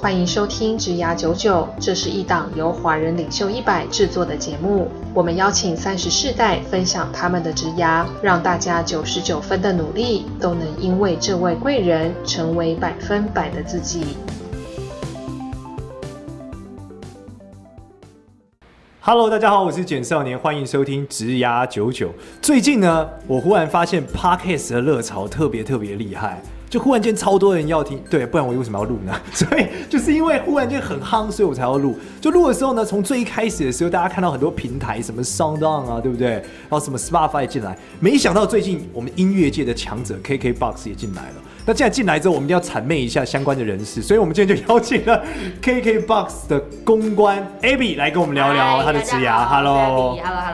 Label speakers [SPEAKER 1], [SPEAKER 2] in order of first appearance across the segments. [SPEAKER 1] 欢迎收听《职涯九九》，这是一档由华人领袖一百制作的节目。我们邀请三十世代分享他们的职涯，让大家九十九分的努力都能因为这位贵人成为百分百的自己。
[SPEAKER 2] Hello，大家好，我是简少年，欢迎收听《植牙九九》。最近呢，我忽然发现 Podcast 的热潮特别特别厉害，就忽然间超多人要听。对，不然我为什么要录呢？ 所以就是因为忽然间很夯，所以我才要录。就录的时候呢，从最一开始的时候，大家看到很多平台，什么 Sound On 啊，对不对？然后什么 Spotify 进来，没想到最近我们音乐界的强者 KKBox 也进来了。那既然进来之后，我们一定要谄媚一下相关的人士，所以我们今天就邀请了 KKBox 的公关 Abby 来跟我们聊聊她的职涯。Hello，Hello，Hello，Abby，,
[SPEAKER 3] Hello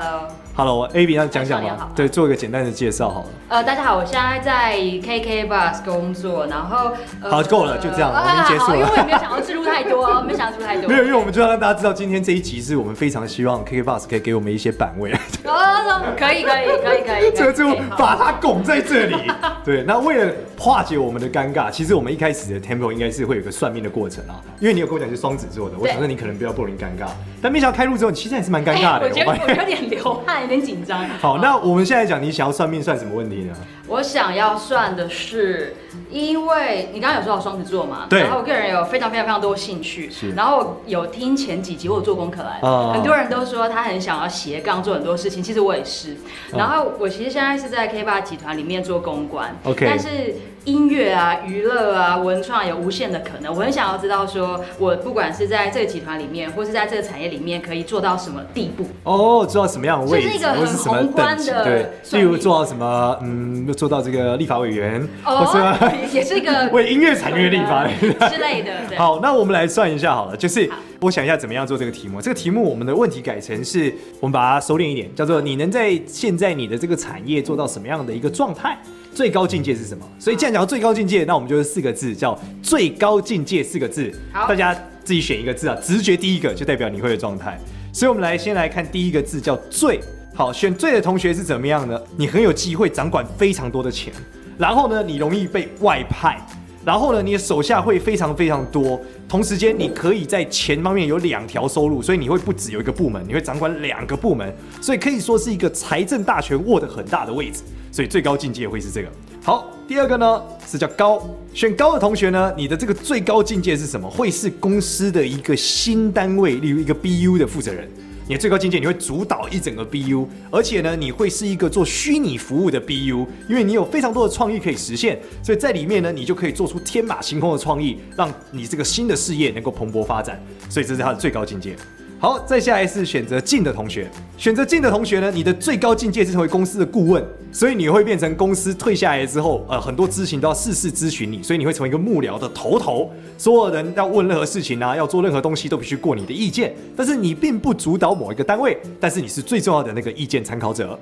[SPEAKER 3] Hello。
[SPEAKER 2] Abby, 那讲讲
[SPEAKER 3] 少年好
[SPEAKER 2] 吧，对，做一个简单的介绍好了。
[SPEAKER 3] 呃，大家好，我现在在 KK Bus 工作，然后、呃
[SPEAKER 2] 好够了就这样
[SPEAKER 3] 啊
[SPEAKER 2] 我们已经结束了
[SPEAKER 3] 好因为我也没有想要植入太多，哦没想要植入太 多。
[SPEAKER 2] 没有，因为我们就要让大家知道，今天这一集是我们非常希望 KKBox 可以给我们一些版位，
[SPEAKER 3] 哦，可以可以可以可以，
[SPEAKER 2] 这就
[SPEAKER 3] 可以好
[SPEAKER 2] 把它拱在这 里。对，那为了化解我们的尴尬，其实我们一开始的 tempo 应该是会有个算命的过程啊，因为你有跟我讲是双子座的，我
[SPEAKER 3] 对
[SPEAKER 2] 想说你可能比较不容易尴尬，但没想到开录之后，你其实还是蛮尴
[SPEAKER 3] 哎
[SPEAKER 2] 尬的。
[SPEAKER 3] 我觉得
[SPEAKER 2] 发
[SPEAKER 3] 我
[SPEAKER 2] 现
[SPEAKER 3] 有点流汗，有点紧张。
[SPEAKER 2] 好，那我们现在讲，你想要算命算什么问题呢？
[SPEAKER 3] 我想要算的是，因为你刚刚有说到双子座嘛，
[SPEAKER 2] 对
[SPEAKER 3] 然后我个人有非常非常非常多兴趣
[SPEAKER 2] 是，
[SPEAKER 3] 然后有听前几集我有做功课来的，
[SPEAKER 2] 哦
[SPEAKER 3] 很多人都说他很想要斜杠做很多事情，其实我也是。
[SPEAKER 2] 哦
[SPEAKER 3] 然后我其实现在是在 K 八集团里面做公关
[SPEAKER 2] OK
[SPEAKER 3] 但是音乐啊、娱乐啊、文创啊有无限的可能。我很想要知道说，我不管是在这个集团里面，或是在这个产业里面，可以做到什么地步。
[SPEAKER 2] 哦，做到什么样的位
[SPEAKER 3] 就是
[SPEAKER 2] 置，
[SPEAKER 3] 一个很
[SPEAKER 2] 或是什么
[SPEAKER 3] 宏观
[SPEAKER 2] 等
[SPEAKER 3] 的
[SPEAKER 2] 级？对，例
[SPEAKER 3] 算命
[SPEAKER 2] 如做到什么，嗯，做到这个立法委员，或
[SPEAKER 3] 哦
[SPEAKER 2] 是，
[SPEAKER 3] 也是一个
[SPEAKER 2] 为音乐产业立法。
[SPEAKER 3] 之类的， 对。
[SPEAKER 2] 好，那我们来算一下好了，就是我想一下怎么样做这个题目。这个题目我们的问题改成是，我们把它收敛一点，叫做你能在现在你的这个产业做到什么样的一个状态？最高境界是什么？所以既然讲到最高境界，那我们就是四个字，叫最高境界四个字。
[SPEAKER 3] 好
[SPEAKER 2] 大家自己选一个字啊，直觉第一个就代表你会的状态。所以我们来先来看第一个字叫最。好，选最的同学是怎么样呢？你很有机会掌管非常多的钱，然后呢，你容易被外派，然后呢，你的手下会非常非常多。同时间，你可以在钱方面有两条收入，所以你会不只有一个部门，你会掌管两个部门，所以可以说是一个财政大权握得很大的位置。所以最高境界会是这个。好，第二个呢是叫高，选高的同学呢，你的这个最高境界是什么？会是公司的一个新单位，例如一个 BU 的负责人。你的最高境界，你会主导一整个 BU，而且呢，你会是一个做虚拟服务的 BU，因为你有非常多的创意可以实现，所以在里面呢，你就可以做出天马行空的创意，让你这个新的事业能够蓬勃发展，所以这是它的最高境界。好，再下来是选择进的同学。选择进的同学呢，你的最高境界是成为公司的顾问，所以你会变成公司退下来之后，呃，很多咨询都要事事咨询你，所以你会成为一个幕僚的头头，所有人要问任何事情啊，要做任何东西都必须过你的意见。但是你并不主导某一个单位，但是你是最重要的那个意见参考者。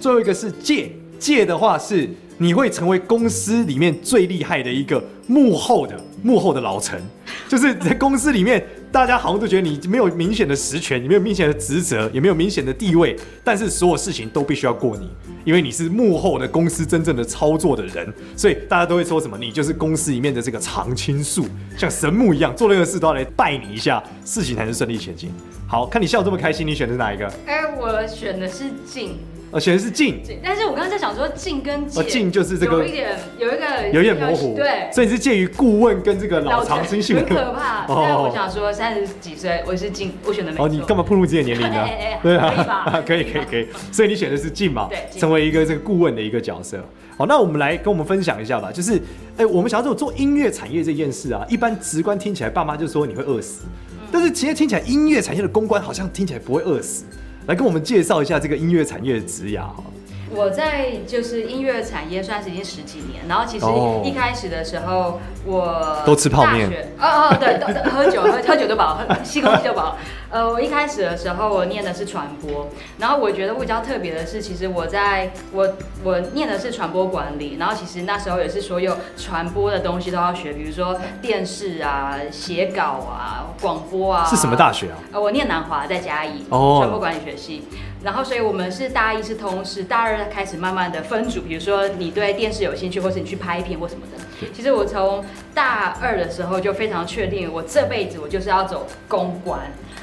[SPEAKER 2] 最后一个是借，借的话是你会成为公司里面最厉害的一个幕后的幕后的老臣，就是在公司里面，大家好像都觉得你没有明显的实权，你没有明显的职责，也没有明显的地位，但是所有事情都必须要过你，因为你是幕后的公司真正的操作的人，所以大家都会说什么，你就是公司里面的这个常青树，像神木一样，做任何事都要来拜你一下，事情才能顺利前进。好看你笑这么开心，你选的是哪一个？
[SPEAKER 3] 哎，我选的是静
[SPEAKER 2] 呃，选的是静。
[SPEAKER 3] 静，但是我刚刚在想说静跟
[SPEAKER 2] 哦
[SPEAKER 3] 解，
[SPEAKER 2] 静就是这个
[SPEAKER 3] 有一点有一哎个
[SPEAKER 2] 有点模糊，
[SPEAKER 3] 对。
[SPEAKER 2] 所以你是介于顾问跟这个老长青训
[SPEAKER 3] 很可怕。
[SPEAKER 2] 哦
[SPEAKER 3] 但我想说，三十几岁我是静，我选的没错。
[SPEAKER 2] 哦，你干嘛暴露自己的年龄呢
[SPEAKER 3] 哎哎哎？
[SPEAKER 2] 对啊
[SPEAKER 3] 可 以吧
[SPEAKER 2] 可以可以可以，所以你选的是进嘛
[SPEAKER 3] 对，进
[SPEAKER 2] 成为一个这个顾问的一个角色。好，那我们来跟我们分享一下吧，就是，哎、我们想要做做音乐产业这件事啊，一般直观听起来，爸妈就说你会饿死，
[SPEAKER 3] 嗯
[SPEAKER 2] 但是其实听起来音乐产业的公关好像听起来不会饿死，来跟我们介绍一下这个音乐产业的职涯啊好了
[SPEAKER 3] 我在就是音乐产业算是已经十几年，然后其实
[SPEAKER 2] 哦
[SPEAKER 3] 一开始的时候我
[SPEAKER 2] 都吃泡面
[SPEAKER 3] 大学，哦哦对，都都喝酒喝喝酒就饱，喝 吸空气就饱。呃，我一开始的时候我念的是传播，然后我觉得我比较特别的是，其实我在我我念的是传播管理，然后其实那时候也是所有传播的东西都要学，比如说电视啊、写稿啊、广播啊。
[SPEAKER 2] 是什么大？学啊？
[SPEAKER 3] 呃，我念南华，在嘉义，
[SPEAKER 2] 哦
[SPEAKER 3] 传播管理学系。然后，所以我们是大一是通识，大二开始慢慢的分组，比如说你对电视有兴趣，或是你去拍片或什么的。其实我从大二的时候就非常确定，我这辈子我就是要走公关。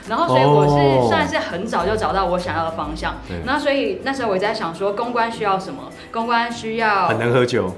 [SPEAKER 3] 然后，所以我
[SPEAKER 2] 哦
[SPEAKER 3] 是算是很早就找到我想要的方向
[SPEAKER 4] 对。
[SPEAKER 3] 那所以那时候我在想说，公关需要什么？公关需要
[SPEAKER 2] 很能喝酒，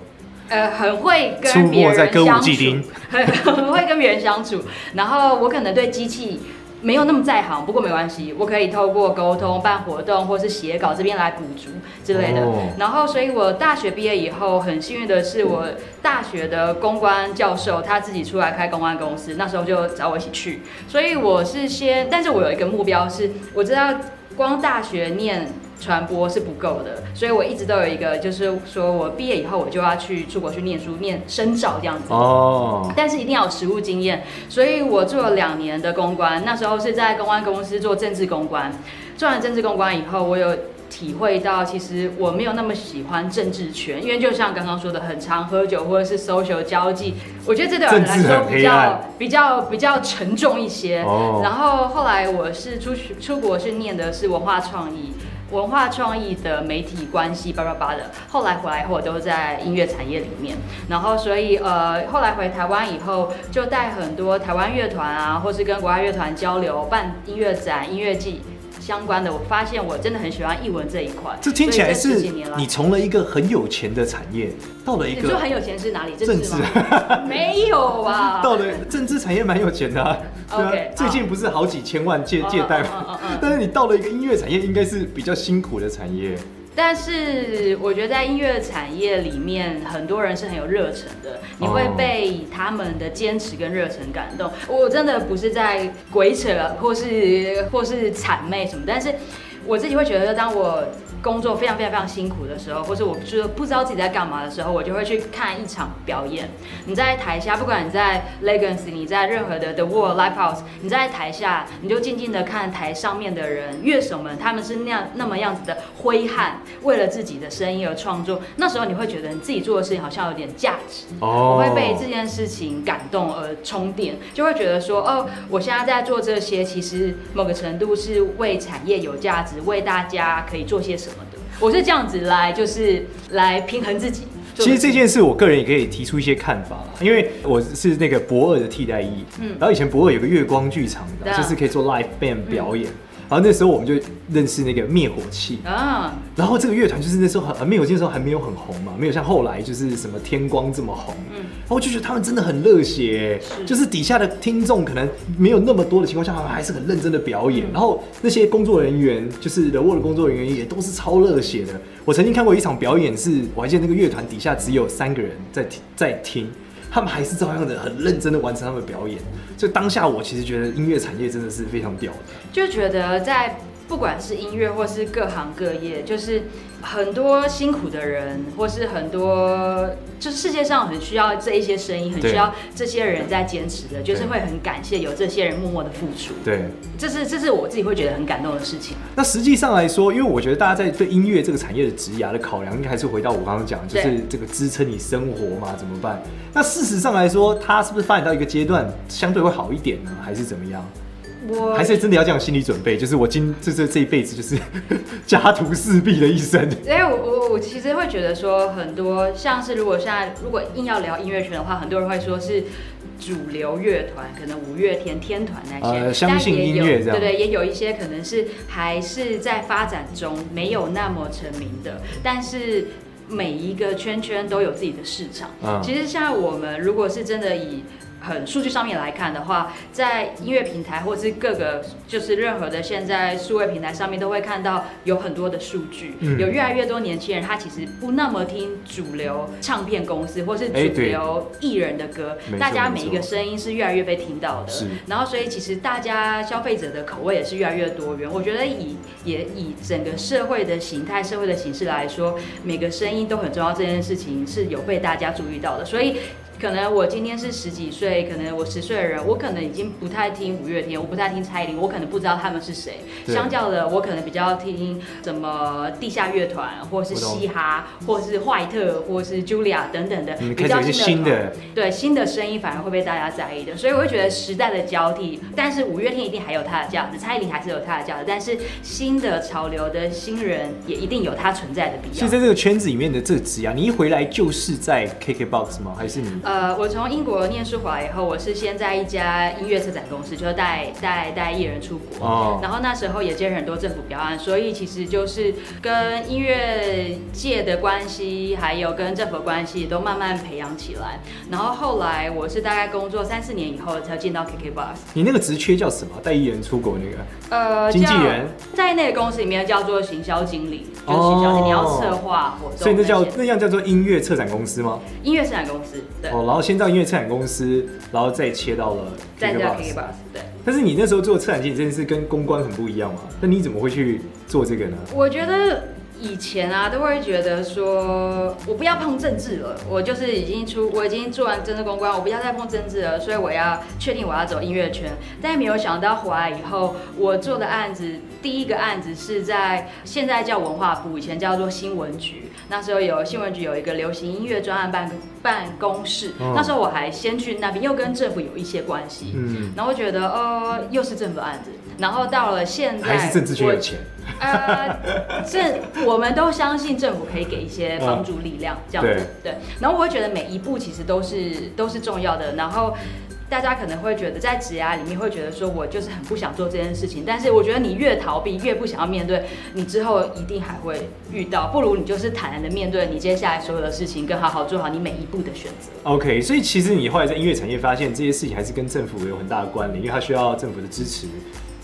[SPEAKER 3] 呃，很会
[SPEAKER 2] 出
[SPEAKER 3] 跟别
[SPEAKER 2] 没
[SPEAKER 3] 人
[SPEAKER 2] 在歌舞
[SPEAKER 3] 相
[SPEAKER 2] 伎町
[SPEAKER 3] 处，很 很会跟别人相处。然后我可能对机器没有那么在行，不过没关系，我可以透过沟通、办活动或是写稿这边来补足之类的。
[SPEAKER 4] 哦
[SPEAKER 3] 然后，所以我大学毕业以后，很幸运的是，我大学的公关教授他自己出来开公关公司，那时候就找我一起去。所以我是先，但是我有一个目标是，我知道光大学念传播是不够的，所以我一直都有一个，就是说我毕业以后我就要去出国去念书，念深造这样子。
[SPEAKER 2] 哦，
[SPEAKER 3] 但是一定要有实务经验，所以我做了两年的公关，那时候是在公关公司做政治公关。做完政治公关以后，我有体会到，其实我没有那么喜欢政治圈，因为就像刚刚说的，很常喝酒或者是 social 交际，我觉得这对我来
[SPEAKER 2] 政治很
[SPEAKER 3] 说
[SPEAKER 2] 黑暗
[SPEAKER 3] 比较比较比较沉重一些。
[SPEAKER 2] 哦，
[SPEAKER 3] 然后后来我是出去出国是念的是文化创意，文化创意的媒体关系叭叭叭的。后来回来后我都在音乐产业里面，然后所以呃后来回台湾以后就带很多台湾乐团啊，或是跟国外乐团交流，办音乐展、音乐季。相关的，我发现我真的很喜欢译文这一块。
[SPEAKER 2] 这听起来
[SPEAKER 3] 所以这
[SPEAKER 2] 是
[SPEAKER 3] 十几年来
[SPEAKER 2] 你从了一个很有钱的产业，到了一
[SPEAKER 3] 你说
[SPEAKER 2] 个
[SPEAKER 3] 很有钱是哪里？
[SPEAKER 2] 政
[SPEAKER 3] 政
[SPEAKER 2] 治
[SPEAKER 3] 治，吗？ 没 有吧？
[SPEAKER 2] 到了政治产业蛮有钱的啊，对啊
[SPEAKER 3] OK，好
[SPEAKER 2] 最近不是好几千万借借贷吗？
[SPEAKER 3] 嗯嗯嗯嗯
[SPEAKER 2] 但是你到了一个音乐产业，应该是比较辛苦的产业。
[SPEAKER 3] 但是我觉得在音乐产业里面，很多人是很有热忱的，你会被他们的坚持跟热忱感动。我真的不是在鬼扯或是或是谄媚什么，但是我自己会觉得，当我工作非常非常非常辛苦的时候，或是我觉得不知道自己在干嘛的时候，我就会去看一场表演。你在台下，不管你在 Legacy，你在任何的 The World Live House，你在台下，你就静静的看台上面的人，乐手们，他们是那样那么样子的挥汗，为了自己的声音而创作。那时候你会觉得你自己做的事情好像有点价值，
[SPEAKER 2] 哦
[SPEAKER 3] 我会被这件事情感动而充电，就会觉得说，哦，我现在在做这些，其实某个程度是为产业有价值，为大家可以做些什么的。我是这样子来，就是来平衡自己。
[SPEAKER 2] 其实这件事，我个人也可以提出一些看法啦，因为我是那个博尔的替代役，嗯，然后以前博尔有个月光剧场的，
[SPEAKER 3] 对啊嗯
[SPEAKER 2] 就是可以做 live band 表演，然后那时候我们就认识那个灭火器，
[SPEAKER 3] 啊，
[SPEAKER 2] 然后这个乐团就是那时候很很灭火器的时候还没有很红嘛，没有像后来就是什么天光这么红，嗯，然后我就觉得他们真的很热血、欸
[SPEAKER 3] 是
[SPEAKER 2] 就是底下的听众可能没有那么多的情况下，他们还是很认真的表演，然后那些工作人员就是德沃的工作人员也都是超热血的。我曾经看过一场表演是，我还记得那个乐团底下只有三个人在听在听。他们还是照样的很认真的完成他们的表演，所以当下我其实觉得音乐产业真的是非常屌的。
[SPEAKER 3] 就觉得在不管是音乐或是各行各业，就是很多辛苦的人，或是很多就是世界上很需要这一些声音，很
[SPEAKER 2] 对
[SPEAKER 3] 需要这些人在坚持的，就是
[SPEAKER 2] 对
[SPEAKER 3] 会很感谢有这些人默默的付出。
[SPEAKER 2] 对，
[SPEAKER 3] 这是这是我自己会觉得很感动的事情。啊
[SPEAKER 2] 那实际上来说，因为我觉得大家在对音乐这个产业的职涯的考量，应该还是回到我刚刚讲，就
[SPEAKER 3] 对
[SPEAKER 2] 是这个支撑你生活嘛，怎么办？那事实上来说，它是不是发展到一个阶段，相对会好一点呢，还是怎么样？
[SPEAKER 3] 我
[SPEAKER 2] 还是真的要这样心理准备，就是我今这这这一辈子就是 家徒四壁的一生。
[SPEAKER 3] 因为我我我其实会觉得说，很多像是如果现在如果硬要聊音乐圈的话，很多人会说是主流乐团，可能五月天、天团那些，
[SPEAKER 2] 呃相信
[SPEAKER 3] 但也有
[SPEAKER 2] 音乐这样
[SPEAKER 3] 对对，也有一些可能是还是在发展中，没有那么成名的，但是。每一个圈圈都有自己的市场。
[SPEAKER 2] 嗯
[SPEAKER 3] 其实像我们如果是真的以很数据上面来看的话，在音乐平台或是各个就是任何的现在数位平台上面，都会看到有很多的数据，
[SPEAKER 2] 嗯
[SPEAKER 3] 有越来越多年轻人他其实不那么听主流唱片公司或是
[SPEAKER 2] 哎
[SPEAKER 3] 主
[SPEAKER 2] 对
[SPEAKER 3] 流艺人的歌，
[SPEAKER 2] 没错
[SPEAKER 3] 大家
[SPEAKER 2] 没
[SPEAKER 3] 每
[SPEAKER 2] 错
[SPEAKER 3] 一个声音是越来越被听到的
[SPEAKER 2] 是。
[SPEAKER 3] 然后所以其实大家消费者的口味也是越来越多元。我觉得以也以整个社会的形态、社会的形式来说，每个声音都很重要，这件事情是有被大家注意到的，所以。可能我今天是十几岁，可能我十岁的人，我可能已经不太听五月天，我不太听蔡依林，我可能不知道他们是谁。
[SPEAKER 2] 对
[SPEAKER 3] 相较的，我可能比较听什么地下乐团，或是
[SPEAKER 2] 我懂
[SPEAKER 3] 嘻哈，或是坏特，或是 Julia 等等的
[SPEAKER 2] 你们，
[SPEAKER 3] 比
[SPEAKER 2] 开始有
[SPEAKER 3] 较
[SPEAKER 2] 一些新
[SPEAKER 3] 团
[SPEAKER 2] 的，
[SPEAKER 3] 对新的声音反而会被大家在意的，所以我会觉得时代的交替，但是五月天一定还有它的价值，蔡依林还是有它的价值，但是新的潮流的新人也一定有它存在的必
[SPEAKER 2] 所以
[SPEAKER 3] 要。
[SPEAKER 2] 在这个圈子里面的这个职涯，你一回来就是在 KKBOX 吗？还是你
[SPEAKER 3] 呃，我从英国念舒华以后，我是先在一家音乐策展公司，就是带带带艺人出国。
[SPEAKER 2] 哦，
[SPEAKER 3] 然后那时候也接了很多政府标案，所以其实就是跟音乐界的关系，还有跟政府的关系都慢慢培养起来。然后后来我是大概工作三四年以后才进到 KKBOX，
[SPEAKER 2] 你那个职缺叫什么？带艺人出国那个
[SPEAKER 3] 呃，
[SPEAKER 2] 经纪
[SPEAKER 3] 叫
[SPEAKER 2] 人，
[SPEAKER 3] 在那个公司里面叫做行销经理，就是行销经理，你要
[SPEAKER 2] 哦
[SPEAKER 3] 策划活动些，
[SPEAKER 2] 所以那叫那样叫做音乐策展公司吗？
[SPEAKER 3] 音乐生产公司，对，
[SPEAKER 2] 哦，然后先到音乐策展公司，然后再切到了
[SPEAKER 3] 在这
[SPEAKER 2] KKBOX
[SPEAKER 3] KKBOX，对。
[SPEAKER 2] 但是你那时候做策展经理这件事跟公关很不一样嘛？那你怎么会去做这个呢？
[SPEAKER 3] 我觉得以前啊，都会觉得说，我不要碰政治了，我就是已经出，我已经做完政治公关，我不要再碰政治了，所以我要确定我要走音乐圈。但没有想到回来以后，我做的案子，第一个案子是在现在叫文化部，以前叫做新闻局。那时候有新闻局有一个流行音乐专案办办公室，
[SPEAKER 2] 哦
[SPEAKER 3] 那时候我还先去那边，又跟政府有一些关系，
[SPEAKER 2] 嗯，
[SPEAKER 3] 然后觉得哦，又是政府案子。然后到了现在，
[SPEAKER 2] 还是政治圈
[SPEAKER 3] 我
[SPEAKER 2] 有钱？
[SPEAKER 3] 呃，这我们都相信政府可以给一些帮助力量，这样子对。然后我会觉得每一步其实都是都是重要的，然后。大家可能会觉得在职涯里面会觉得说，我就是很不想做这件事情，但是我觉得你越逃避，越不想要面对，你之后一定还会遇到，不如你就是坦然的面对你接下来所有的事情，跟好好做好你每一步的选择。
[SPEAKER 2] OK，所以其实你后来在音乐产业发现这些事情还是跟政府有很大的关联，因为它需要政府的支持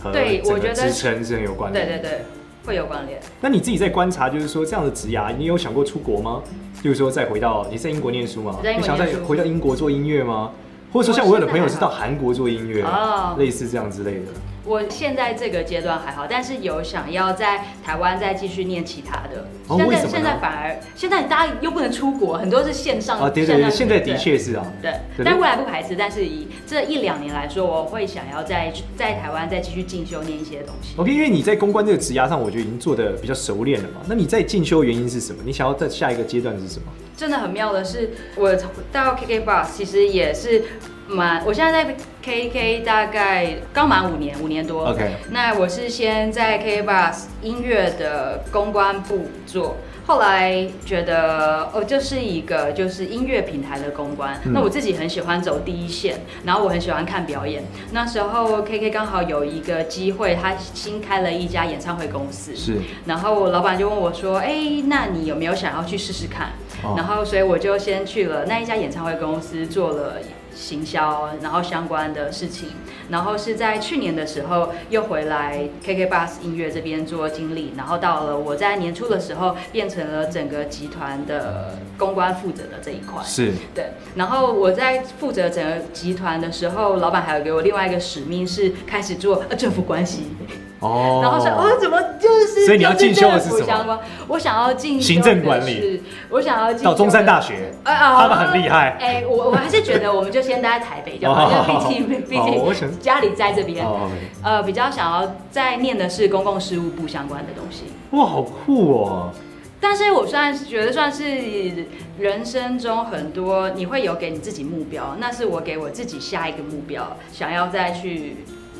[SPEAKER 2] 和
[SPEAKER 3] 对
[SPEAKER 2] 整
[SPEAKER 3] 我觉
[SPEAKER 2] 个
[SPEAKER 3] 得
[SPEAKER 2] 支撑是很有关
[SPEAKER 3] 对
[SPEAKER 2] 联。
[SPEAKER 3] 对对，会有关联。
[SPEAKER 2] 那你自己在观察，就是说这样的职涯，你有想过出国吗？例如说再回到你是在英国念书吗？
[SPEAKER 3] 我在英
[SPEAKER 2] 你
[SPEAKER 3] 国
[SPEAKER 2] 想再
[SPEAKER 3] 念书
[SPEAKER 2] 回到英国做音乐吗？或者说像我有的朋友是到韩国做音乐
[SPEAKER 3] 哦，
[SPEAKER 2] 类似这样之类的。
[SPEAKER 3] 我现在这个阶段还好，但是有想要在台湾再继续念其他的。
[SPEAKER 2] 哦
[SPEAKER 3] 现
[SPEAKER 2] 为
[SPEAKER 3] 在
[SPEAKER 2] 什么呢
[SPEAKER 3] 现在反而现在大家又不能出国，很多是线上
[SPEAKER 2] 啊，对对对，现在的。
[SPEAKER 3] 上
[SPEAKER 2] 确是啊。
[SPEAKER 3] 对，
[SPEAKER 2] 对
[SPEAKER 3] 但未来不排斥，但是以这一两年来说，我会想要在在台湾再继续进修念一些东西。
[SPEAKER 2] OK，因为你在公关这个职涯上，我觉得已经做的比较熟练了嘛。那你在进修原因是什么？你想要在下一个阶段是什么？
[SPEAKER 3] 真的很妙的是，我到 KK Box 其实也是满，我现在在 KK 大概刚满五年，五年多。
[SPEAKER 2] OK
[SPEAKER 3] 那我是先在 KK Box 音乐的公关部做。后来觉得哦，就是一个就是音乐平台的公关。
[SPEAKER 2] 嗯
[SPEAKER 3] 那我自己很喜欢走第一线，然后我很喜欢看表演。那时候 KK 刚好有一个机会，他新开了一家演唱会公司，
[SPEAKER 2] 是
[SPEAKER 3] 然后我老板就问我说：“哎、那你有没有想要去试试看？”
[SPEAKER 2] 哦
[SPEAKER 3] 然后所以我就先去了那一家演唱会公司做了行销，然后相关的事情。然后是在去年的时候又回来 KK Bus 音乐这边做经理，然后到了我在年初的时候变成了整个集团的公关负责的这一块。
[SPEAKER 2] 是
[SPEAKER 3] 对，然后我在负责整个集团的时候，老板还有给我另外一个使命是开始做呃政府关系。
[SPEAKER 2] 哦
[SPEAKER 3] 然后说，哦，怎么就是？
[SPEAKER 2] 所以你要进修的是
[SPEAKER 3] 就是政府
[SPEAKER 2] 什么
[SPEAKER 3] 相关？我想要进修
[SPEAKER 2] 行政管
[SPEAKER 3] 的
[SPEAKER 2] 理
[SPEAKER 3] 是，我想要进修
[SPEAKER 2] 到中山
[SPEAKER 3] 的
[SPEAKER 2] 大学，
[SPEAKER 3] 哎啊
[SPEAKER 2] 他们很厉害
[SPEAKER 3] 哎、我我还是觉得我们就先待在台北就好，因为
[SPEAKER 2] 哦
[SPEAKER 3] 毕竟 毕
[SPEAKER 2] 哦我
[SPEAKER 3] 竟
[SPEAKER 2] 想
[SPEAKER 3] 家里在这边。
[SPEAKER 2] 哦，OK，
[SPEAKER 3] 呃，比较想要再念的是公共事务部相关的东西，
[SPEAKER 2] 哇，好酷哦！
[SPEAKER 3] 但是我算是觉得算是人生中很多你会有给你自己目标，那是我给我自己下一个目标，想要再去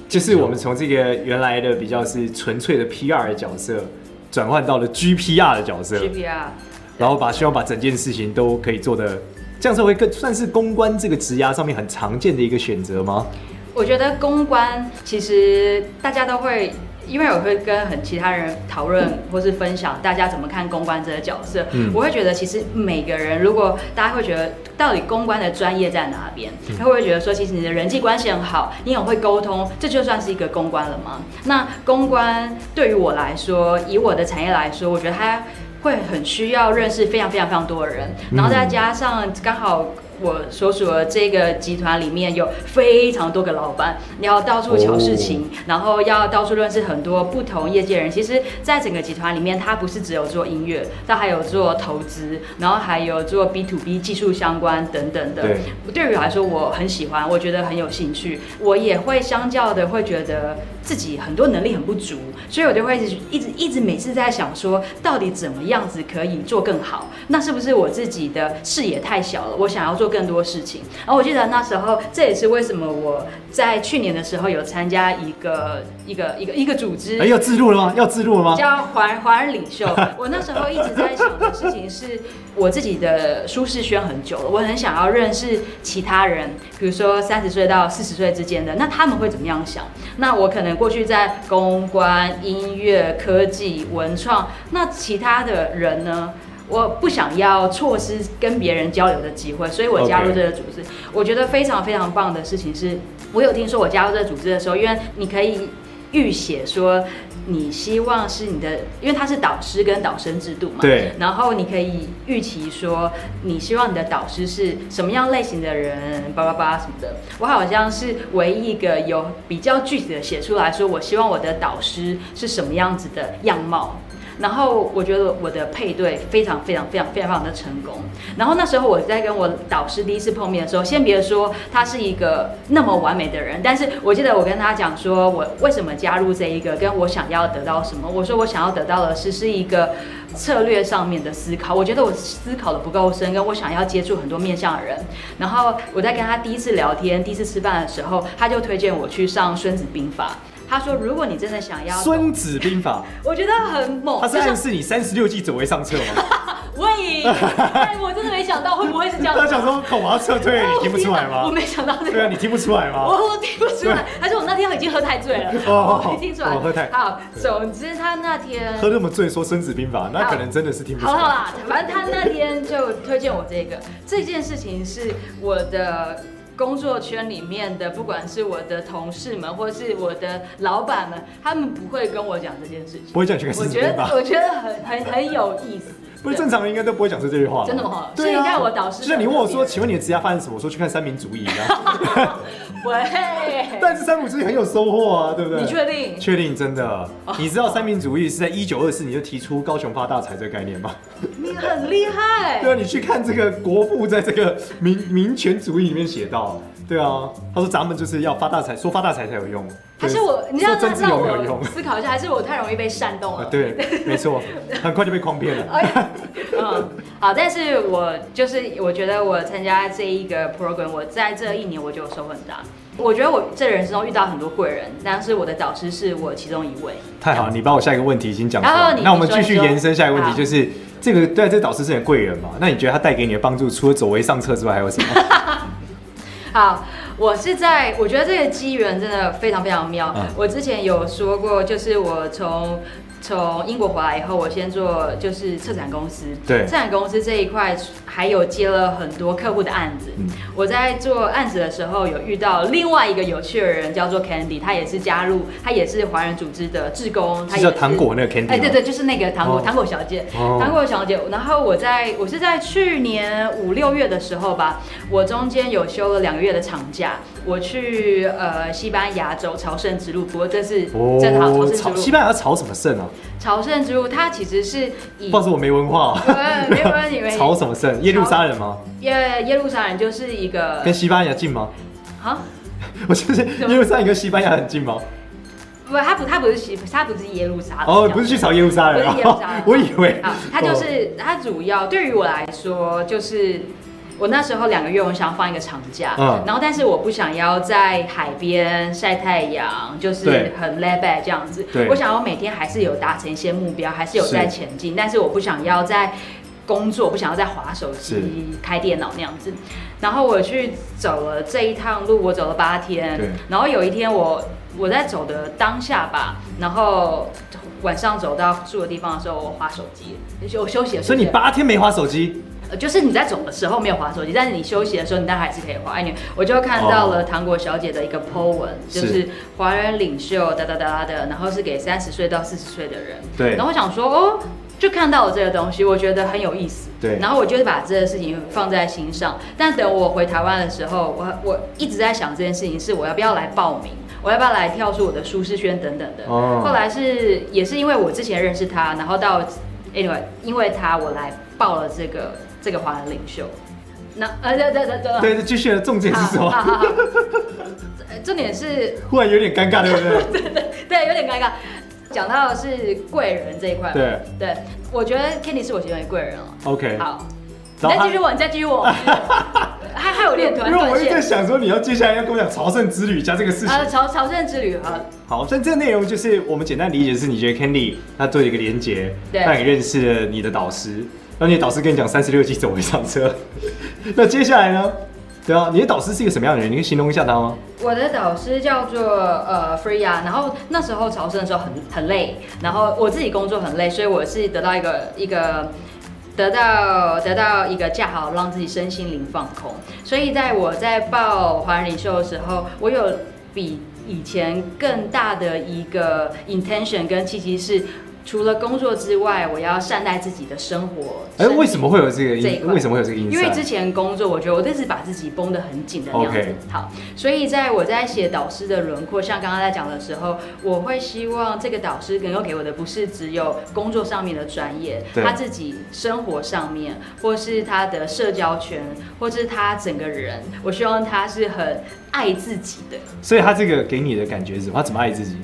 [SPEAKER 2] 就是我们从这个原来的比较是纯粹的 PR 的角色，转换到了 GPR 的角色，
[SPEAKER 3] GPR。
[SPEAKER 2] 然后把希望把整件事情都可以做的，这样才会更算是公关这个职涯上面很常见的一个选择吗？
[SPEAKER 3] 我觉得公关其实大家都会，因为我会跟很其他人讨论或是分享大家怎么看公关这个角色，
[SPEAKER 2] 嗯
[SPEAKER 3] 我会觉得其实每个人如果大家会觉得到底公关的专业在哪边，他会不会觉得说其实你的人际关系很好，你很会沟通，这就算是一个公关了吗？那公关对于我来说，以我的产业来说，我觉得它。会很需要认识非常非常非常多的人，
[SPEAKER 2] 嗯
[SPEAKER 3] 然后再加上刚好我所属的这个集团里面有非常多个老板，你要到处瞧事情，
[SPEAKER 2] 哦
[SPEAKER 3] 然后要到处认识很多不同业界人。其实，在整个集团里面，它不是只有做音乐，它还有做投资，然后还有做 B to B 技术相关等等的。
[SPEAKER 2] 对，
[SPEAKER 3] 对于我来说，我很喜欢，我觉得很有兴趣，我也会相较的会觉得自己很多能力很不足，所以我就会一直一直一直每次在想说，到底怎么样子可以做更好？那是不是我自己的视野太小了？我想要做更多事情。然后我记得那时候，这也是为什么我在去年的时候有参加一个一个一个一个组织
[SPEAKER 2] 哎，，要自录了吗？要自录了吗？
[SPEAKER 3] 叫华华人领 袖。我那时候一直在想的事情是，我自己的舒适圈很久了，我很想要认识其他人，比如说三十岁到四十岁之间的，那他们会怎么样想？那我可能过去在公关、音乐、科技、文创，那其他的人呢？我不想要错失跟别人交流的机会，所以我加入
[SPEAKER 2] OK
[SPEAKER 3] 这个组织。我觉得非常非常棒的事情是，我有听说我加入这个组织的时候，因为你可以预写说你希望是你的，因为它是导师跟导生制度嘛，
[SPEAKER 2] 对，
[SPEAKER 3] 然后你可以预期说你希望你的导师是什么样类型的人，叭叭叭什么的。我好像是唯一一个有比较具体的写出来说，我希望我的导师是什么样子的样貌。然后我觉得我的配对非常非常非常非常非常的成功。然后那时候我在跟我导师第一次碰面的时候，先别说他是一个那么完美的人，但是我记得我跟他讲说，我为什么加入这一个，跟我想要得到什么。我说我想要得到的是是一个策略上面的思考，我觉得我思考的不够深，跟我想要接触很多面向的人。然后我在跟他第一次聊天、第一次吃饭的时候，他就推荐我去上《孙子兵法》。他说：“如果你真的想要，
[SPEAKER 2] 《孙子兵法
[SPEAKER 3] 我觉得很》，猛，
[SPEAKER 2] 它是
[SPEAKER 3] 哦就是
[SPEAKER 2] 暗示你三十六计走为上策吗？
[SPEAKER 3] 喂，但我真的没想到会不会是这样子。
[SPEAKER 2] 他想说恐怕撤退，你听不出来
[SPEAKER 3] 我
[SPEAKER 2] 吗？
[SPEAKER 3] 没想到这
[SPEAKER 2] 对啊，
[SPEAKER 3] 个。
[SPEAKER 2] 你听不出来吗？
[SPEAKER 3] 我我听不出来，而且我那天已经喝太醉了，
[SPEAKER 2] 哦
[SPEAKER 3] 我没听出来。
[SPEAKER 2] 哦喝太
[SPEAKER 3] 好，总之他那天
[SPEAKER 2] 喝那么醉说《孙子兵法》，那
[SPEAKER 3] 好
[SPEAKER 2] 可能真的是听不出
[SPEAKER 3] 好了
[SPEAKER 2] 来。
[SPEAKER 3] 啦，反正他那天就推荐我这个这件事情是我的。工作圈里面的，不管是我的同事们，或是我的老板们，他们不会跟我讲这件事情
[SPEAKER 2] 不。会叫你去看《
[SPEAKER 3] 我
[SPEAKER 2] 孙子
[SPEAKER 3] 觉得
[SPEAKER 2] 兵，法
[SPEAKER 3] 我觉得很很很有意思。》，
[SPEAKER 2] 不是
[SPEAKER 3] 对
[SPEAKER 2] 正常人应该都不会讲出这句话吧。
[SPEAKER 3] 真的吗？所
[SPEAKER 2] 对
[SPEAKER 3] 以
[SPEAKER 2] 啊
[SPEAKER 3] 你看我导师，
[SPEAKER 2] 就像你问我说，请问你的职业发生什么？我说去看三民主义啊。
[SPEAKER 3] 喂，
[SPEAKER 2] 但是三民主义很有收获啊，对不对？
[SPEAKER 3] 你确定？
[SPEAKER 2] 确定真的？
[SPEAKER 3] 哦
[SPEAKER 2] 你知道三民主义是在一九二四年就提出高雄发大财这个概念吗？
[SPEAKER 3] 你很厉害
[SPEAKER 2] 对。啊，你去看这个国父在这个民民权主义里面写到，对啊，他说咱们就是要发大财，说发大财才有用。
[SPEAKER 3] 还是我，你知道
[SPEAKER 2] 说政
[SPEAKER 3] 让
[SPEAKER 2] 治有
[SPEAKER 3] 让
[SPEAKER 2] 没有用
[SPEAKER 3] 我？思考一下，还是我太容易被煽动
[SPEAKER 2] 啊
[SPEAKER 3] 了？，
[SPEAKER 2] 对，没错，很快就被诓骗 了。
[SPEAKER 3] 哎呀，嗯，好，但是我就是我觉得我参加这一个 program，我在这一年我就收获很大。我觉得我这人生中遇到很多贵人，但是我的导师是我其中一位。
[SPEAKER 2] 太好，你把我下一个问题已经讲出
[SPEAKER 3] 然
[SPEAKER 2] 来
[SPEAKER 3] 后
[SPEAKER 2] 了。
[SPEAKER 3] 哦你
[SPEAKER 2] 那我们
[SPEAKER 3] 你说
[SPEAKER 2] 继续
[SPEAKER 3] 你说
[SPEAKER 2] 延伸下一个问题，
[SPEAKER 3] 好
[SPEAKER 2] 就是这个对啊这导师是你的贵人嘛？那你觉得他带给你的帮助，除了走为上策之外，还有什 么？
[SPEAKER 3] 好，我是在，我觉得这个机缘真的非常非常妙。
[SPEAKER 2] 嗯
[SPEAKER 3] 我之前有说过，就是我从从英国回来以后，我先做就是策展公司，
[SPEAKER 2] 对
[SPEAKER 3] 策展公司这一块还有接了很多客户的案子。
[SPEAKER 2] 嗯
[SPEAKER 3] 我在做案子的时候，有遇到另外一个有趣的人，叫做 Candy，他也是加入，他也是华人组织的志工，他
[SPEAKER 2] 是
[SPEAKER 3] 也
[SPEAKER 2] 叫糖果那个 Candy 吗
[SPEAKER 3] 哎，对对，就是那个糖果、
[SPEAKER 2] 哦
[SPEAKER 3] 糖果小姐，
[SPEAKER 2] 哦
[SPEAKER 3] 糖果小姐。然后我在我是在去年五六月的时候吧，我中间有休了两个月的长假，我去呃西班牙走朝圣之路，不过这是正好
[SPEAKER 2] 哦
[SPEAKER 3] 朝圣
[SPEAKER 2] 朝
[SPEAKER 3] 之
[SPEAKER 2] 西
[SPEAKER 3] 路，
[SPEAKER 2] 班牙要朝什么圣啊？
[SPEAKER 3] 朝圣之路它其实是以
[SPEAKER 2] 不知道是我没文化啊、
[SPEAKER 3] 呃没有没有你们
[SPEAKER 2] 朝什么圣？耶路撒冷吗？
[SPEAKER 3] 耶耶路撒冷就是一个
[SPEAKER 2] 跟西班牙近吗？
[SPEAKER 3] 啊。
[SPEAKER 2] 我就是
[SPEAKER 3] 怎么
[SPEAKER 2] 耶路撒冷跟西班牙很近吗？
[SPEAKER 3] 不，他不，他不是西，他啊不是耶路撒冷。
[SPEAKER 2] 哦，不是去朝耶路撒冷
[SPEAKER 3] 不是耶路撒
[SPEAKER 2] 啊
[SPEAKER 3] 冷，
[SPEAKER 2] 我以为
[SPEAKER 3] 啊，它
[SPEAKER 2] 哦
[SPEAKER 3] 就是它主要对于我来说就是。我那时候两个月，我想放一个长假，
[SPEAKER 2] 嗯
[SPEAKER 3] 然后但是我不想要在海边晒太阳，就是
[SPEAKER 2] 对
[SPEAKER 3] 很 lay back 这样子
[SPEAKER 2] 对。
[SPEAKER 3] 我想要每天还是有达成一些目标，还是有在
[SPEAKER 2] 是
[SPEAKER 3] 前进，但是我不想要在工作，不想要在划手
[SPEAKER 2] 是
[SPEAKER 3] 机、开电脑那样子。然后我去走了这一趟路，我走了八天
[SPEAKER 2] 对，
[SPEAKER 3] 然后有一天我我在走的当下吧，然后晚上走到住的地方的时候，我划手机，我休息的时
[SPEAKER 2] 所
[SPEAKER 3] 候，
[SPEAKER 2] 以你八天没划手机，
[SPEAKER 3] 呃就是你在走的时候没有划手机，但是你休息的时候，你当然还是可以划。哎，你我就看到了糖果小姐的一个 po 文，
[SPEAKER 2] 是
[SPEAKER 3] 就是华人领袖哒哒哒哒的，然后是给三十岁到四十岁的人。
[SPEAKER 2] 对
[SPEAKER 3] 然后我想说，哦，就看到了这个东西，我觉得很有意思。
[SPEAKER 2] 对
[SPEAKER 3] 然后我就把这个事情放在心上。但等我回台湾的时候，我我一直在想这件事情，是我要不要来报名，我要不要来跳出我的舒适圈等等的。
[SPEAKER 2] 哦
[SPEAKER 3] 后来是也是因为我之前认识他，然后到 anyway，因为他我来报了这个这个华人领袖。那呃，对对对对，
[SPEAKER 2] 对，继续了。重点是什
[SPEAKER 3] 好
[SPEAKER 2] 么？
[SPEAKER 3] 好好，呃重点是
[SPEAKER 2] 忽然有点尴尬，对不 对？
[SPEAKER 3] 对，有点尴尬。讲到的是贵人这一块嘛，
[SPEAKER 2] 对
[SPEAKER 3] 对，我觉得 Kenny 是我其中一个贵人哦。
[SPEAKER 2] ，OK，
[SPEAKER 3] 好，
[SPEAKER 2] 然后
[SPEAKER 3] 再
[SPEAKER 2] 他
[SPEAKER 3] 继续问，再继 续问，还还有练团
[SPEAKER 2] 因为我
[SPEAKER 3] 断
[SPEAKER 2] 一直在
[SPEAKER 3] 线。
[SPEAKER 2] 想说，你要接下来要跟我讲朝圣之旅加这个事情。
[SPEAKER 3] 呃，朝朝圣之旅啊，
[SPEAKER 2] 好，但这个内容就是我们简单理解是，你觉得 Candy 他做了一个连接，
[SPEAKER 3] 对
[SPEAKER 2] 让你认识了你的导师，然后你的导师跟你讲三十六计怎么会上车。 那接下来呢？对啊，你的导师是一个什么样的人？你可以形容一下他吗？
[SPEAKER 3] 我的导师叫做呃 Freya，然后那时候朝圣的时候很很累，然后我自己工作很累，所以我是得到一个一个。得到得到一个架好，让自己身心灵放空。所以在我在报华人领袖的时候，我有比以前更大的一个 intention 跟契机是，除了工作之外，我要善待自己的生活。
[SPEAKER 2] 哎、
[SPEAKER 3] 身体
[SPEAKER 2] 为什么会有这个
[SPEAKER 3] 这一
[SPEAKER 2] 因？
[SPEAKER 3] 块
[SPEAKER 2] 为什么会有这个因？
[SPEAKER 3] 因为之前工作，我觉得我一直把自己绷得很紧的那样子。
[SPEAKER 2] OK
[SPEAKER 3] 好，所以在我在写导师的轮廓，像刚刚在讲的时候，我会希望这个导师能够给我的不是只有工作上面的专业，
[SPEAKER 2] 对
[SPEAKER 3] 他自己生活上面，或是他的社交圈，或是他整个人，我希望他是很爱自己的。
[SPEAKER 2] 所以他这个给你的感觉是什么？他怎么爱自己？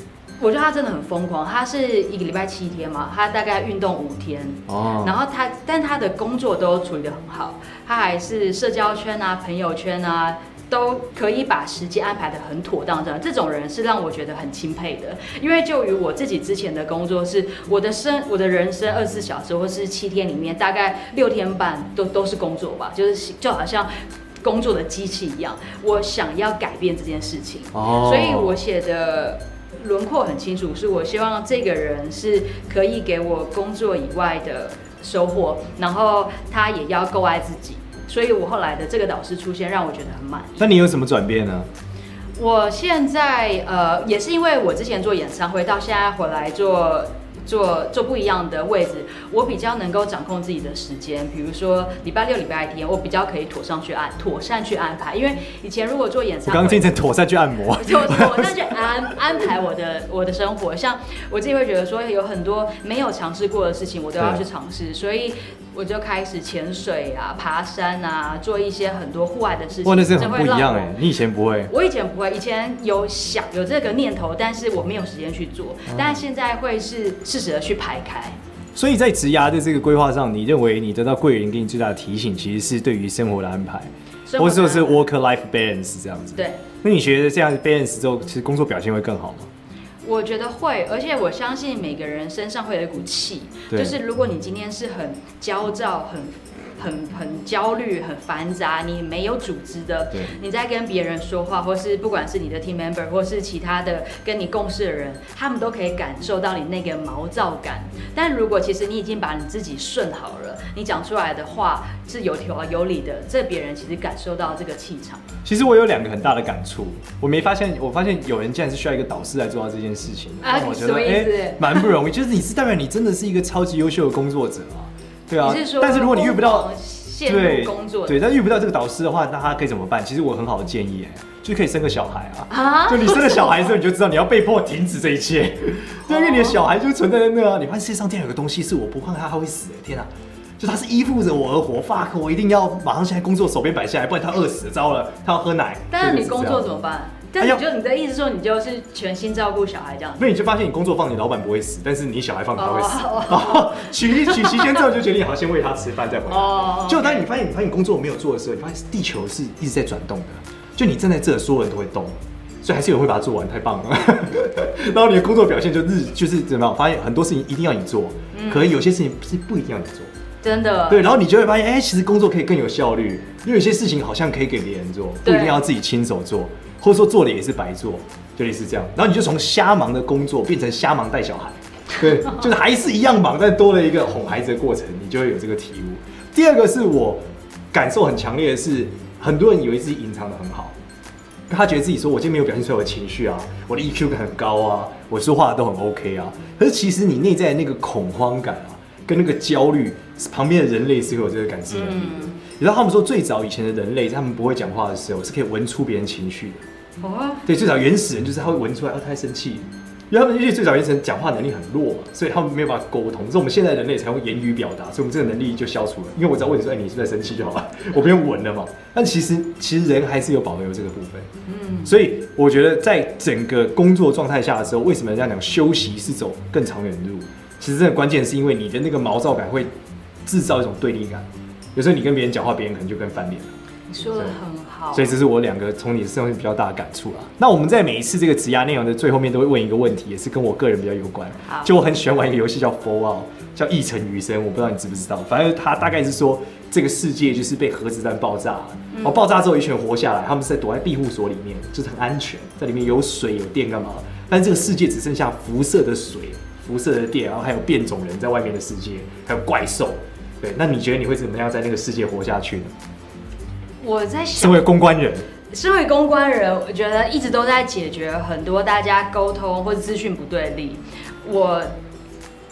[SPEAKER 3] 我觉得他真的很疯狂，他是一个礼拜七天嘛，他大概运动五天，
[SPEAKER 2] 哦，
[SPEAKER 3] 然后他，但他的工作都处理得很好，他还是社交圈啊、朋友圈啊，都可以把时间安排得很妥当这样。这种人是让我觉得很钦佩的，因为就于我自己之前的工作是，我的生我的人生二十四小时或是七天里面，大概六天半都都是工作吧，就是就好像工作的机器一样。我想要改变这件事情，
[SPEAKER 2] 哦
[SPEAKER 3] 所以我写的轮廓很清楚，是我希望这个人是可以给我工作以外的收获，然后他也要够爱自己。所以我后来的这个导师出现，让我觉得很满意。
[SPEAKER 2] 那你有什么转变呢？
[SPEAKER 3] 我现在呃，也是因为我之前做演唱会，到现在回来做。做做不一样的位置，我比较能够掌控自己的时间。比如说礼拜六、礼拜天，我比较可以妥善去安妥善去安排。因为以前如果做演
[SPEAKER 2] 我
[SPEAKER 3] 唱
[SPEAKER 2] 刚刚
[SPEAKER 3] 会，
[SPEAKER 2] 听成妥善去按摩。
[SPEAKER 3] 就我那去安安排我的我的生活，像我自己会觉得说有很多没有尝试过的事情，我都要去尝试，所以我就开始潜水啊、爬山啊，做一些很多户外的事情，
[SPEAKER 2] 哇，那是很
[SPEAKER 3] 这
[SPEAKER 2] 不
[SPEAKER 3] 会
[SPEAKER 2] 一
[SPEAKER 3] 让
[SPEAKER 2] 样
[SPEAKER 3] 我
[SPEAKER 2] 哎、你以前不会。
[SPEAKER 3] 我以前不会，以前有想有这个念头，但是我没有时间去做，
[SPEAKER 2] 嗯
[SPEAKER 3] 但现在会是适时的去排开。
[SPEAKER 2] 所以在职涯的这个规划上，你认为你得到贵人给你最大的提醒，其实是对于生活的安排，
[SPEAKER 3] 生活
[SPEAKER 2] 或
[SPEAKER 3] 的
[SPEAKER 2] 者说哦是
[SPEAKER 3] 安排
[SPEAKER 2] work life balance 这样子。
[SPEAKER 3] 对，
[SPEAKER 2] 那你觉得这样 balance 之后，其实工作表现会更好吗？
[SPEAKER 3] 我觉得会，而且我相信每个人身上会有一股气，
[SPEAKER 2] 对
[SPEAKER 3] 就是如果你今天是很焦躁、很、很、很焦虑、很繁杂，你没有组织的
[SPEAKER 2] 对，
[SPEAKER 3] 你在跟别人说话，或是不管是你的 team member，或是其他的跟你共事的人，他们都可以感受到你那个毛躁感。但如果其实你已经把你自己顺好了，你讲出来的话是有条有理的，这别人其实感受到这个气场。
[SPEAKER 2] 其实我有两个很大的感触，我没发现，我发现有人竟然是需要一个导师来做到这件事情，
[SPEAKER 3] 啊
[SPEAKER 2] 让我觉
[SPEAKER 3] 什
[SPEAKER 2] 得
[SPEAKER 3] 么意思
[SPEAKER 2] 诶蛮、不容易。就是你是代表你真的是一个超级优秀的工作者啊，对啊。
[SPEAKER 3] 你是说，
[SPEAKER 2] 但是如果你遇不到，
[SPEAKER 3] 陷入工作的
[SPEAKER 2] 对，但遇不到这个导师的话，那他可以怎么办？其实我有很好的建议、哎，就可以生个小孩啊。
[SPEAKER 3] 啊
[SPEAKER 2] 就你生了小孩之后，你就知道你要被迫停止这一 切，对，因为你的小孩就存在在那啊。你发现世界上竟然有个东西是我不碰它，它会死、天哪、就它是依附着我而活，fuck！我一定要马上现在工作手边摆下来，不然它饿死了，糟了，它要喝奶。
[SPEAKER 3] 但是你
[SPEAKER 2] 就
[SPEAKER 3] 工
[SPEAKER 2] 是这样哎
[SPEAKER 3] 作怎么办？但你就你的意思说，你就是全心照顾小孩这样子？
[SPEAKER 2] 那你就发现你工作放你老板不会死，但是你小孩放他会死。
[SPEAKER 3] 哦
[SPEAKER 2] 然后 取取期间之后，就决定好先喂他吃饭再回来。
[SPEAKER 3] 哦
[SPEAKER 2] 就当你发现你发现你工作没有做的时候，你发现地球是一直在转动的，就你站在这，所有人都会动，所以还是有人会把它做完，太棒了。 然后你的工作表现就日就是怎么样，发现很多事情一定要你做，
[SPEAKER 3] 嗯
[SPEAKER 2] 可以有些事情是不一定要你做。
[SPEAKER 3] 真的，
[SPEAKER 2] 对，然后你就会发现，哎、其实工作可以更有效率，因为有些事情好像可以给别人做，不一
[SPEAKER 3] 对
[SPEAKER 2] 定要自己亲手做，或者说做了也是白做，就类似这样。然后你就从瞎忙的工作变成瞎忙带小孩，对，就是还是一样忙，但多了一个哄孩子的过程，你就会有这个体悟。第二个是我感受很强烈的是，很多人以为自己隐藏的很好。他觉得自己说，我今天没有表现出来我的情绪啊，我的 EQ 感很高啊，我说话都很 OK 啊。可是其实你内在的那个恐慌感啊，跟那个焦虑，旁边的人类是会有这个感知能力
[SPEAKER 3] 嗯
[SPEAKER 2] 的。你知道他们说最早以前的人类，他们不会讲话的时候，是可以闻出别人情绪的。
[SPEAKER 3] 哦，
[SPEAKER 2] 对，最早原始人就是他会闻出来，哦，他在生气。因为他们因为最早原始人讲话能力很弱嘛，所以他们没有办法沟通，所以我们现在人类才用言语表达，所以我们这个能力就消除了。因为我只要问你说，哎、你是不是在生气就好了，我不用闻了嘛。但其实其实人还是有保留这个部分，嗯，所以我觉得在整个工作状态下的时候，为什么人家讲休息是走更长远的路？其实真的关键是因为你的那个毛躁感会制造一种对立感，有时候你跟别人讲话，别人可能就跟翻脸了。
[SPEAKER 3] 你说的很好
[SPEAKER 2] 所。以这是我两个从你身上比较大的感触啊。那我们在每一次这个职涯内容的最后面都会问一个问题，也是跟我个人比较有关
[SPEAKER 3] 好。
[SPEAKER 2] 就我很喜欢玩一个游戏叫 Fallout，叫一城余生，我不知道你知不知道。反正它大概是说这个世界就是被核子弹爆炸，
[SPEAKER 3] 嗯
[SPEAKER 2] 哦，爆炸之后一群人活下来，他们是在躲在庇护所里面，就是很安全，在里面有水有电干嘛。但这个世界只剩下辐射的水、辐射的电，然后还有变种人在外面的世界，还有怪兽。对，那你觉得你会怎么样在那个世界活下去呢？
[SPEAKER 3] 我在
[SPEAKER 2] 身
[SPEAKER 3] 想，
[SPEAKER 2] 为公关人，
[SPEAKER 3] 身为公关人，我觉得一直都在解决很多大家沟通或资讯不对立。我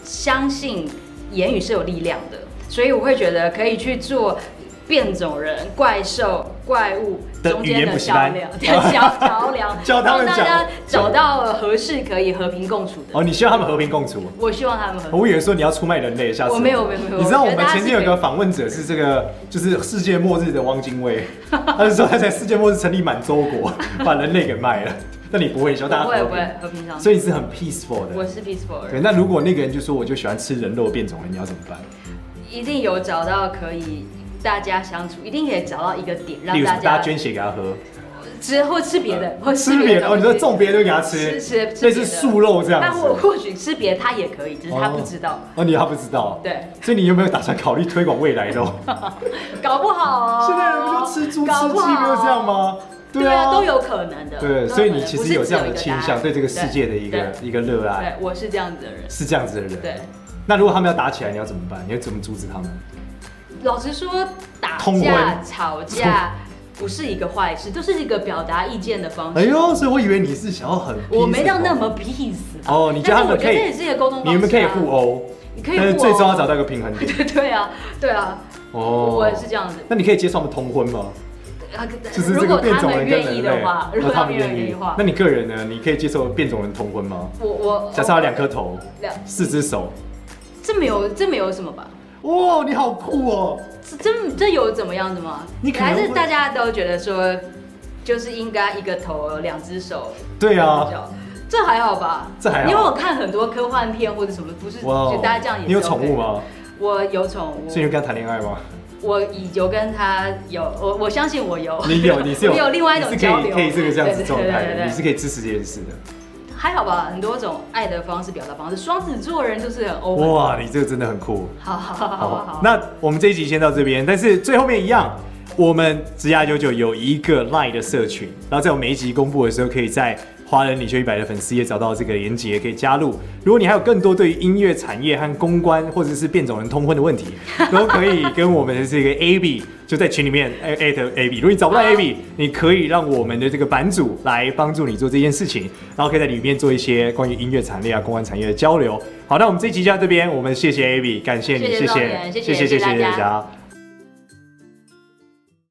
[SPEAKER 3] 相信言语是有力量的，所以我会觉得可以去做变种人、怪兽、怪物
[SPEAKER 2] 的
[SPEAKER 3] 中
[SPEAKER 2] 语
[SPEAKER 3] 间
[SPEAKER 2] 言补
[SPEAKER 3] 的
[SPEAKER 2] 习
[SPEAKER 3] 桥
[SPEAKER 2] 班
[SPEAKER 3] 梁，对桥桥梁，
[SPEAKER 2] 教他们
[SPEAKER 3] 让大
[SPEAKER 2] 讲
[SPEAKER 3] 家找到合适可以和平共处的。
[SPEAKER 2] 哦，你希望他们和平共处？
[SPEAKER 3] 我希望他们和平。
[SPEAKER 2] 我以为说你要出卖人类，下次
[SPEAKER 3] 我没有没有没有
[SPEAKER 2] 你知道
[SPEAKER 3] 我
[SPEAKER 2] 我
[SPEAKER 3] 觉得
[SPEAKER 2] 们
[SPEAKER 3] 大家
[SPEAKER 2] 前
[SPEAKER 3] 是
[SPEAKER 2] 天有
[SPEAKER 3] 可以
[SPEAKER 2] 个访问者是这个，就是世界末日的汪精卫，他就说他在世界末日成立满洲国，把人类给卖了。那你不会，你希望大家
[SPEAKER 3] 不会
[SPEAKER 2] 和
[SPEAKER 3] 不会
[SPEAKER 2] 平，
[SPEAKER 3] 和平相处，
[SPEAKER 2] 所以你是很 peaceful
[SPEAKER 3] 我
[SPEAKER 2] 的。
[SPEAKER 3] 是 peaceful 人
[SPEAKER 2] 对，。那如果那个人就说我就喜欢吃人肉变种人，你要怎么办？
[SPEAKER 3] 一定有找到可以大家相处，一定可以找到一个点
[SPEAKER 2] 例
[SPEAKER 3] 让
[SPEAKER 2] 如什
[SPEAKER 3] 大
[SPEAKER 2] 么大
[SPEAKER 3] 家
[SPEAKER 2] 家捐血给他喝，
[SPEAKER 3] 吃或吃别的，或
[SPEAKER 2] 吃别
[SPEAKER 3] 别
[SPEAKER 2] 的
[SPEAKER 3] 的
[SPEAKER 2] 哦，
[SPEAKER 3] 东
[SPEAKER 2] 你
[SPEAKER 3] 西
[SPEAKER 2] 说种别的就给他吃
[SPEAKER 3] 吃，吃吃
[SPEAKER 2] 类
[SPEAKER 3] 别
[SPEAKER 2] 似
[SPEAKER 3] 的
[SPEAKER 2] 素肉这样
[SPEAKER 3] 但我
[SPEAKER 2] 子。
[SPEAKER 3] 或许吃别的他也可以，只是他不知道。
[SPEAKER 2] 哦，你还不知道，
[SPEAKER 3] 对，
[SPEAKER 2] 所以你有没有打算考虑推广未来肉？
[SPEAKER 3] 搞不好哦。
[SPEAKER 2] 现在人不就吃猪吃鸡
[SPEAKER 3] 搞不好
[SPEAKER 2] 不就这样？吗？
[SPEAKER 3] 对啊，都有可能的。
[SPEAKER 2] 对，
[SPEAKER 3] 都
[SPEAKER 2] 所以
[SPEAKER 3] 可
[SPEAKER 2] 你
[SPEAKER 3] 能
[SPEAKER 2] 其
[SPEAKER 3] 不
[SPEAKER 2] 实
[SPEAKER 3] 是
[SPEAKER 2] 有
[SPEAKER 3] 只
[SPEAKER 2] 这样的
[SPEAKER 3] 一个
[SPEAKER 2] 倾
[SPEAKER 3] 答案
[SPEAKER 2] 向，对这个世界的一个
[SPEAKER 3] 对
[SPEAKER 2] 一个热爱，
[SPEAKER 3] 对，我是这样子的人。
[SPEAKER 2] 是这样子的人。
[SPEAKER 3] 对，
[SPEAKER 2] 那如果他们要打起来，你要怎么办？你要怎么阻止他们？
[SPEAKER 3] 老实说，打
[SPEAKER 2] 通
[SPEAKER 3] 架、
[SPEAKER 2] 婚
[SPEAKER 3] 吵架不是一个坏事，就是一个表达意见的方式。
[SPEAKER 2] 哎呦，所以我以为你是想要很，
[SPEAKER 3] 我没到那。么 peace 啊。
[SPEAKER 2] 哦你觉得
[SPEAKER 3] 但
[SPEAKER 2] 他
[SPEAKER 3] 是
[SPEAKER 2] 们
[SPEAKER 3] 我觉
[SPEAKER 2] 可
[SPEAKER 3] 得
[SPEAKER 2] 以
[SPEAKER 3] 这也是一个沟通方式、啊。
[SPEAKER 2] 你们可以互殴，
[SPEAKER 3] 你可以
[SPEAKER 2] 但
[SPEAKER 3] 互殴
[SPEAKER 2] 是最终要找到一个平衡点。
[SPEAKER 3] 对对啊，对啊，
[SPEAKER 2] 哦，
[SPEAKER 3] 我也是这样子。
[SPEAKER 2] 那你可以接受他们通婚吗？
[SPEAKER 3] 啊
[SPEAKER 2] 就是
[SPEAKER 3] 如
[SPEAKER 2] 这
[SPEAKER 3] 果
[SPEAKER 2] 个变
[SPEAKER 3] 他
[SPEAKER 2] 种
[SPEAKER 3] 们
[SPEAKER 2] 人跟
[SPEAKER 3] 愿意
[SPEAKER 2] 人
[SPEAKER 3] 的
[SPEAKER 2] 类，
[SPEAKER 3] 话，如
[SPEAKER 2] 哦
[SPEAKER 3] 果
[SPEAKER 2] 他
[SPEAKER 3] 他
[SPEAKER 2] 们
[SPEAKER 3] 们
[SPEAKER 2] 愿
[SPEAKER 3] 愿意
[SPEAKER 2] 意
[SPEAKER 3] 的话，
[SPEAKER 2] 那你个人呢？你可以接受变种人通婚吗？
[SPEAKER 3] 我我
[SPEAKER 2] 假设他两颗头，
[SPEAKER 3] 两，
[SPEAKER 2] 四只手，
[SPEAKER 3] 这没有这没有什么吧？
[SPEAKER 2] 哇，你好酷哦！
[SPEAKER 3] 这这这有怎么样的吗？
[SPEAKER 2] 你可能
[SPEAKER 3] 还
[SPEAKER 2] 会
[SPEAKER 3] 是大家都觉得说，就是应该一个头两只手，
[SPEAKER 2] 对
[SPEAKER 3] 比
[SPEAKER 2] 啊，
[SPEAKER 3] 较这还好吧？
[SPEAKER 2] 这还好
[SPEAKER 3] 因为我看很多科幻片或者什么，不是
[SPEAKER 2] 哇哦
[SPEAKER 3] 就大家这样也是
[SPEAKER 2] 你有
[SPEAKER 3] OK
[SPEAKER 2] 宠物？吗？
[SPEAKER 3] 我有宠物
[SPEAKER 2] 所以，你跟他谈恋爱 吗？
[SPEAKER 3] 我已有跟他有，我我相信我有，
[SPEAKER 2] 你有，你是有，
[SPEAKER 3] 我有另外一
[SPEAKER 2] 你
[SPEAKER 3] 种
[SPEAKER 2] 是
[SPEAKER 3] 交
[SPEAKER 2] 可以
[SPEAKER 3] 流，
[SPEAKER 2] 可以这个这样子状
[SPEAKER 3] 对对对
[SPEAKER 2] 态
[SPEAKER 3] 对对
[SPEAKER 2] 的，你是可以支持这件事的。
[SPEAKER 3] 还好吧，很多种爱的方式、表达方式，双子座人就是很 open。
[SPEAKER 2] 哇，你这个真的很酷。
[SPEAKER 3] 好好好好好，
[SPEAKER 2] 那我们这一集先到这边，但是最后面一样。我们职涯九九有一个 LINE 的社群，然后在我每一集公布的时候，可以在华人领袖一百的粉丝页找到这个连接，可以加入。如果你还有更多对于音乐产业和公关或者是变种人通婚的问题，都可以跟我们的这个 AB 就在群里面艾艾特 AB。如果你找不到 AB，你可以让我们的这个版主来帮助你做这件事情，然后可以在里面做一些关于音乐产业啊、公关产业的交流。好，那我们这一集就到这边，我们谢谢 AB，感谢你，
[SPEAKER 3] 谢
[SPEAKER 2] 谢
[SPEAKER 3] 谢赵源谢谢
[SPEAKER 2] 谢谢
[SPEAKER 3] 谢谢大家
[SPEAKER 2] 大家。